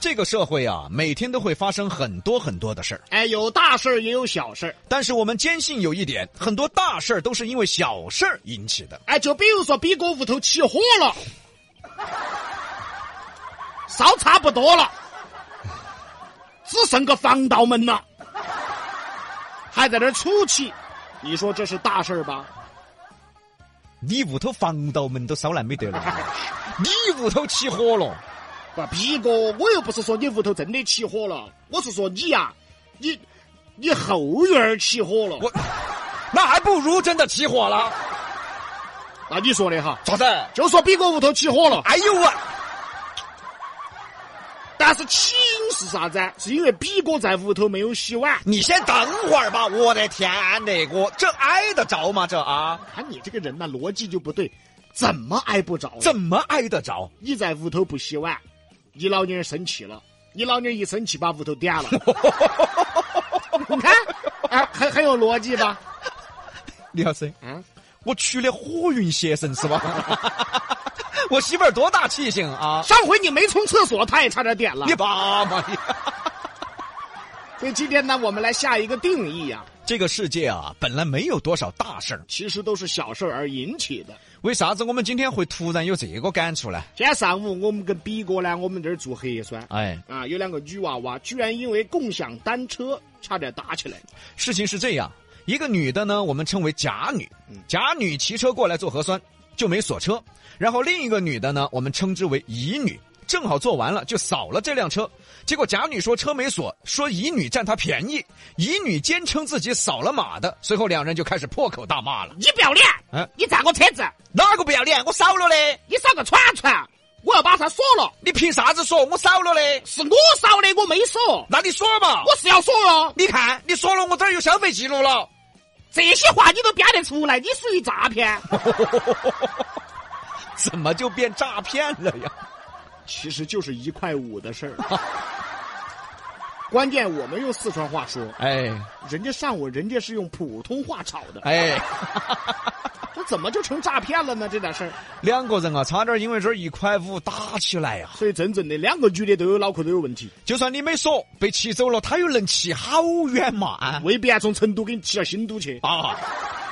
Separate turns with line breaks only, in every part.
这个社会啊，每天都会发生很多很多的事儿，
哎，有大事儿也有小事儿。
但是我们坚信有一点，很多大事儿都是因为小事儿引起的。
哎，就比如说比哥屋头起火了，烧差不多了，只剩个防盗门了，还在那儿杵起，你说这是大事儿吧？
你屋头防盗门都烧烂没得了，你屋头起火了，
不，逼哥，我又不是说你屋头真的起火了，我是说你呀、你你后院儿起火了。
我那还不如真的起火了，
那你说的哈，
咋子？
就说逼哥屋头起火了，
哎呦我，
但是起因是啥子？是因为逼哥在屋头没有洗碗。
你先等会儿吧，我的天哪，我这挨得着吗？这啊，
看你这个人呐，逻辑就不对，怎么挨不着？
怎么挨得着？
你在屋头不洗碗，你老娘儿生气了，你老娘儿一生气把屋头点了。你看，哎，很很有逻辑吧？
李老师，
嗯，
我娶了火云邪神 是吧？我媳妇儿多大气性啊！
上回你没冲厕所，他也差点点了
你。爸妈呀！
所以今天呢，我们来下一个定义啊，
这个世界啊，本来没有多少大事儿，
其实都是小事儿而引起的。
为啥子我们今天会突然有这个感触呢？
今天上午我们跟比哥呢，我们这儿做核酸
哎，
啊，有两个女娃娃居然因为共享单车差点打起来。
事情是这样，一个女的呢，我们称为甲女，甲女骑车过来做核酸就没锁车，然后另一个女的呢，我们称之为乙女，正好做完了就扫了这辆车，结果甲女说车没锁，说乙女占她便宜，乙女坚称自己扫了码的，随后两人就开始破口大骂了。
你不要脸！
嗯
你占我车子，
哪个不要脸？我扫了嘞！
你扫个铲铲，我要把它锁了。
你凭啥子说我扫了嘞？
是我扫的，我没锁，
那你说嘛？
我是要锁哟。
你看，你说了我这儿有消费记录了。
这些话你都编得出来，你属于诈骗。
怎么就变诈骗了呀？
其实就是一块五的事儿。关键我们用四川话说，
哎
人家上午人家是用普通话吵的，
哎，
这怎么就成诈骗了呢？这点事儿，
两个人啊，差点因为这儿一块五打起来呀、
所以整整的两个女的都有脑壳都有问题，
就算你没说，被骑走了，他又能骑好远嘛？啊
未必还从成都给你骑到新都去。
啊，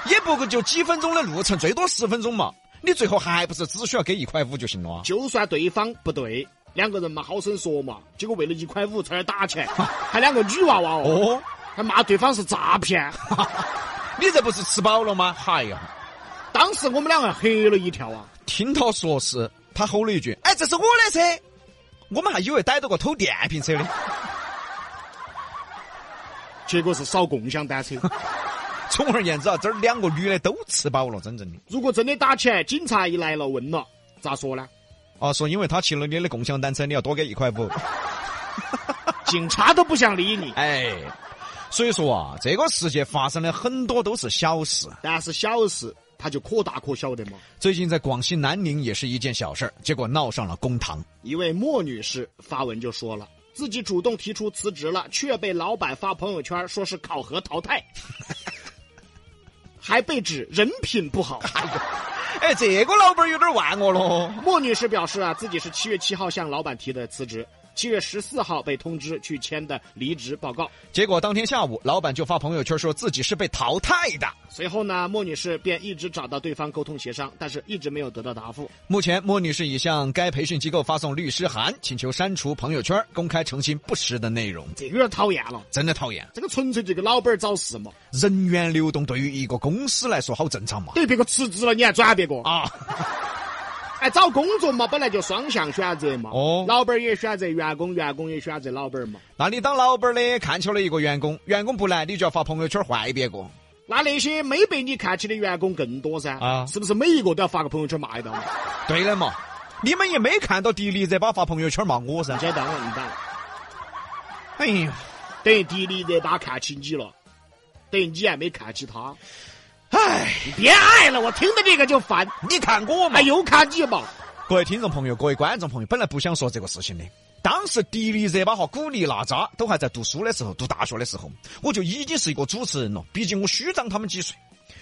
也不过就几分钟的路程，最多十分钟嘛。你最后还不是只需要给一块五就行了啊？
就算对方不对，两个人嘛好生说嘛，结果为了一块五差点打起来，还两个女娃娃哦，
哦，
还骂对方是诈骗。
你这不是吃饱了吗？嗨呀，
当时我们两个黑了一跳啊！
听到说是他吼了一句：“哎，这是我的车！”我们还以为逮到个偷电瓶车的，
结果是扫共享单车。
总而言之啊，这儿两个女的都吃饱了，真正的。
如果真的打起来，警察一来了问了，咋说呢？
哦，说因为他骑了你的共享单车，你要多给一块五。
警察都不想理你。
哎，所以说啊，这个世界发生的很多都是小事。啊
但是小事，他就可大可小的嘛。
最近在广西南宁也是一件小事儿，结果闹上了公堂。
一位莫女士发文就说了，自己主动提出辞职了，却被老板发朋友圈说是考核淘汰，还被指人品不好。
哎，这个老板儿有点玩我喽。
莫女士表示啊，自己是七月七号向老板提的辞职，七月十四号被通知去签的离职报告。
结果当天下午，老板就发朋友圈说自己是被淘汰的。
随后呢，莫女士便一直找到对方沟通协商，但是一直没有得到答复。
目前，莫女士已向该培训机构发送律师函，请求删除朋友圈，公开澄清不实的内容。
这有点讨厌了，
真的讨厌，
这个纯粹就给老板儿找事嘛。
人员流动对于一个公司来说好正常嘛？
对别个辞职了，你还转别个？
啊。
哎，找工作嘛，本来就双向选择嘛。
哦
老板儿也选择员工，员工也选择老板儿嘛。
那你当老板儿的看球了一个员工，员工不来，你就要发朋友圈坏别个。
那那些没被你看起的员工更多噻，
啊
是不是每一个都要发个朋友圈骂一道嘛？
对了嘛，你们也没看到迪丽热巴发朋友圈骂我噻。
这当然不当，
哎呀，
等于迪丽热巴看起你了，等于你还没看起他。
哎，
你别爱了，我听着这个就烦。
你看我嘛
哎，。又看你嘛，
各位听众朋友，各位观众朋友，本来不想说这个事情的。当时迪丽热巴和古力娜扎都还在读书的时候，读大学的时候，我就已经是一个主持人了。毕竟我虚长他们几岁。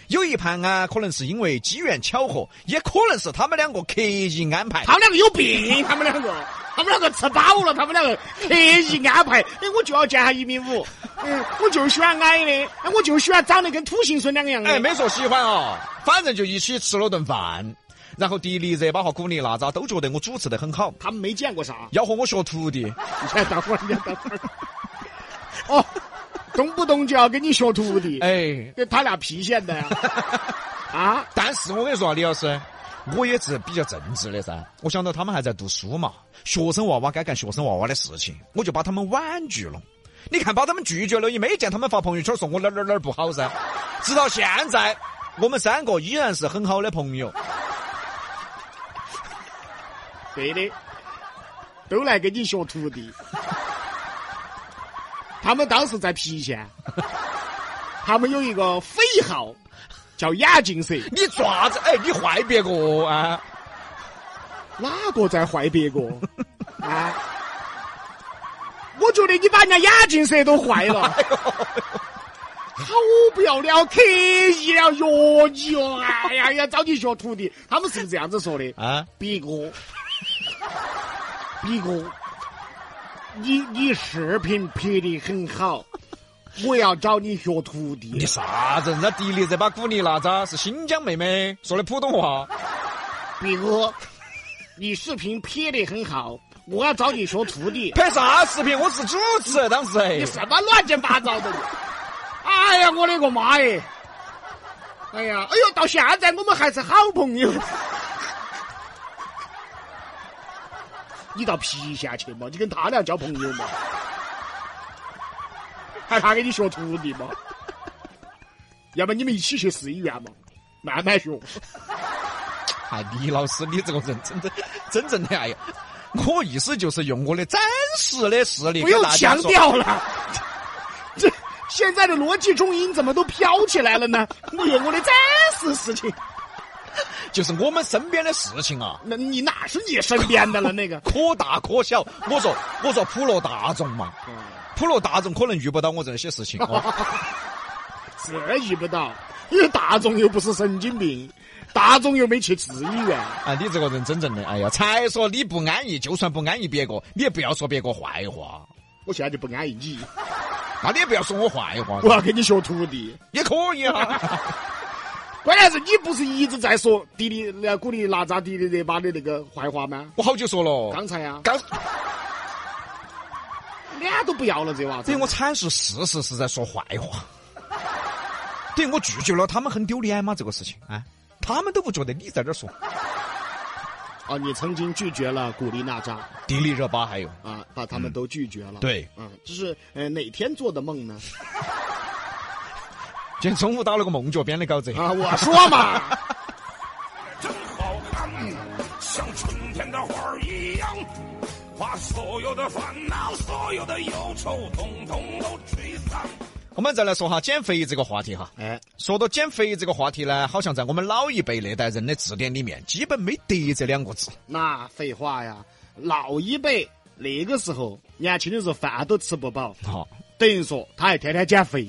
有一盘啊，可能是因为机缘巧合，也可能是他们两个刻意安排。
他们两个有病，他们两个。他们两个吃饱了，他们两个刻意安排。哎，我就要见下一米五，嗯，我就喜欢矮的，哎，我就喜欢长得跟土行孙两个样的。
哎，没说喜欢哦，反正就一起吃了顿饭。然后迪丽热巴和古力娜扎都觉得我主持得很好，
他们没见过啥。
要和我学徒弟。
你先等会儿，你先等会儿。 哦，动不动就要跟你学徒弟，哎，
哎，
他俩郫县的呀？ 啊，
但是我跟你说啊，李老师，我也是比较正直的噻。我想到他们还在读书嘛，学生娃娃该干学生娃娃的事情，我就把他们婉拒了。你看，把他们拒绝了，也没见他们发朋友圈说我哪儿哪儿哪儿不好噻。直到现在，我们三个依然是很好的朋友。
对的，都来跟你学徒弟。他们当时在郫县，他们有一个匪号叫眼镜蛇，
你爪子，哎，你坏别个啊！
哪个在坏别个？啊！我觉得你把人家眼镜蛇都坏了，好不要脸，刻意了，哟哟，哎呀呀，找你学徒弟，他们是不是这样子说的？
啊，
逼哥，逼哥，你你视频拍的很好，我要找你学徒
你
弟。
啥子？人家迪丽热巴、古力娜扎是新疆妹妹，说的普通话。
逼哥，你视频拍的很好，我要找你学徒弟。
拍啥视频？我是主持，当时。
你什么乱七八糟的你？哎呀，我的个妈耶！哎呀，哎呦，到现在我们还是好朋友。你到郫县去嘛？你跟他俩交朋友嘛？还他给你学徒弟嘛？要不你们一起去市医院嘛？慢慢学。
哎，李老师，你这个人真的，真正的哎呀，我意思就是用我的真实的实力
不
给
用
大家
强
说。
调了。这现在的逻辑重音怎么都飘起来了呢？我有我的真实事情。
就是我们身边的事情啊，，
那你哪是你身边的了？那个
可大可小。我说，我说普罗大众嘛，普罗大众可能遇不到我这些事情。 哦、
这遇不到，因为大众又不是神经病，大众又没去市医院。
哎，你这个人真正的，哎呀，才说你不安逸，就算不安逸别个，你也不要说别个坏话，啊
我现在就不安逸你，
那你也不要说我坏话
我，要跟你学徒弟。
也可以啊。
关键是你不是一直在说迪丽那古力娜扎迪丽热巴的那个坏话吗？
我好久说了，
刚才呀、
刚，
脸都不要了，这娃子
对。我阐述事实是在说坏 话，对我拒绝了他们很丢脸吗？这个事情啊，他们都不觉得你在这儿说
哦，你曾经拒绝了古力娜扎
迪丽热巴还有
啊，把他们都拒绝了。
对
嗯，这是呃哪天做的梦呢？
今天中午打了个梦觉，编的稿子。
啊，我说嘛。
真好看，像春天的花儿一样，把所有的烦恼、所有的忧愁，统统都吹散。
我们再来说哈减肥这个话题哈。
哎，
说到减肥这个话题呢，好像在我们老一辈那代人的字典里面，基本没得这两个字。
那废话呀，老一辈那个时候年轻的时候饭都吃不饱，
好、
等于说他还天天减肥，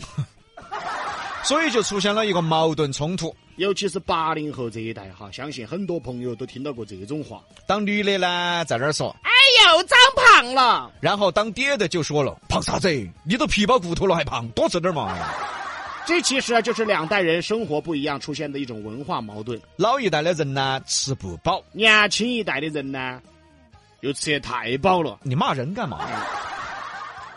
所以就出现了一个矛盾冲突。
尤其是八零后这一代哈，相信很多朋友都听到过这种话。
当女的呢在那儿说，
哎呦，长胖了！
然后当爹的就说了：“胖啥子？你都皮包骨头了还胖，多吃点嘛。”
这其实啊，就是两代人生活不一样出现的一种文化矛盾。
老一代的人呢吃不饱，
年轻一代的人呢，又吃得太饱了。
你骂人干嘛？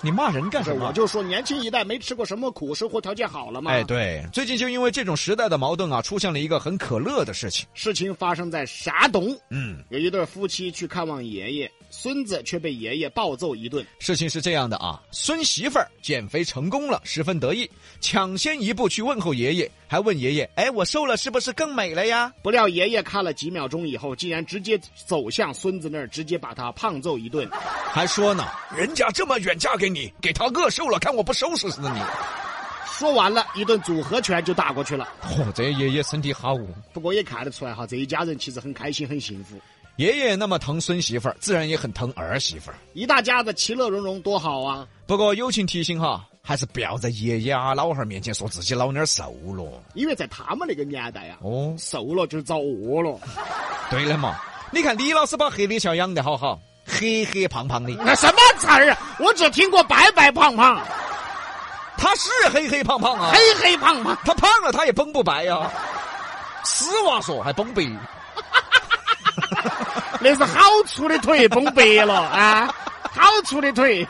你骂人干
是，
什
我
么？
就说年轻一代没吃过什么苦，生活条件好了嘛。
哎，，对，最近就因为这种时代的矛盾啊，出现了一个很可乐的事情。
事情发生在山东，
嗯，
有一对夫妻去看望爷爷，孙子却被爷爷暴揍一顿。
事情是这样的啊，孙媳妇儿减肥成功了，十分得意，抢先一步去问候爷爷，还问爷爷：“哎，我瘦了是不是更美了呀
不料爷爷看了几秒钟以后，竟然直接走向孙子那儿，直接把他胖揍一顿。？”
还说呢，人家这么远嫁给你，给他饿瘦了，看我不收拾死 你！
说完了一顿组合拳就打过去了。
嚯、哦这爷爷身体好哦。
不过也看得出来哈，这一家人其实很开心，很幸福，
爷爷那么疼孙媳妇儿，自然也很疼儿媳妇儿。
一大家子其乐融融，多好啊！
不过友情提醒哈，还是不要在爷爷啊、老汉儿面前说自己老娘儿瘦了。
因为在他们那个年代啊，
哦，
瘦了就是遭饿了。
对了嘛，你看李老师把黑脸笑养得好好，黑黑胖胖的，
那什么词儿啊？我只听过白白胖胖、
他是黑黑胖胖啊，
黑黑胖胖。
他胖了他也绷不白呀、丝袜说还绷白，
那是好粗的腿，崩白了啊！好粗的腿，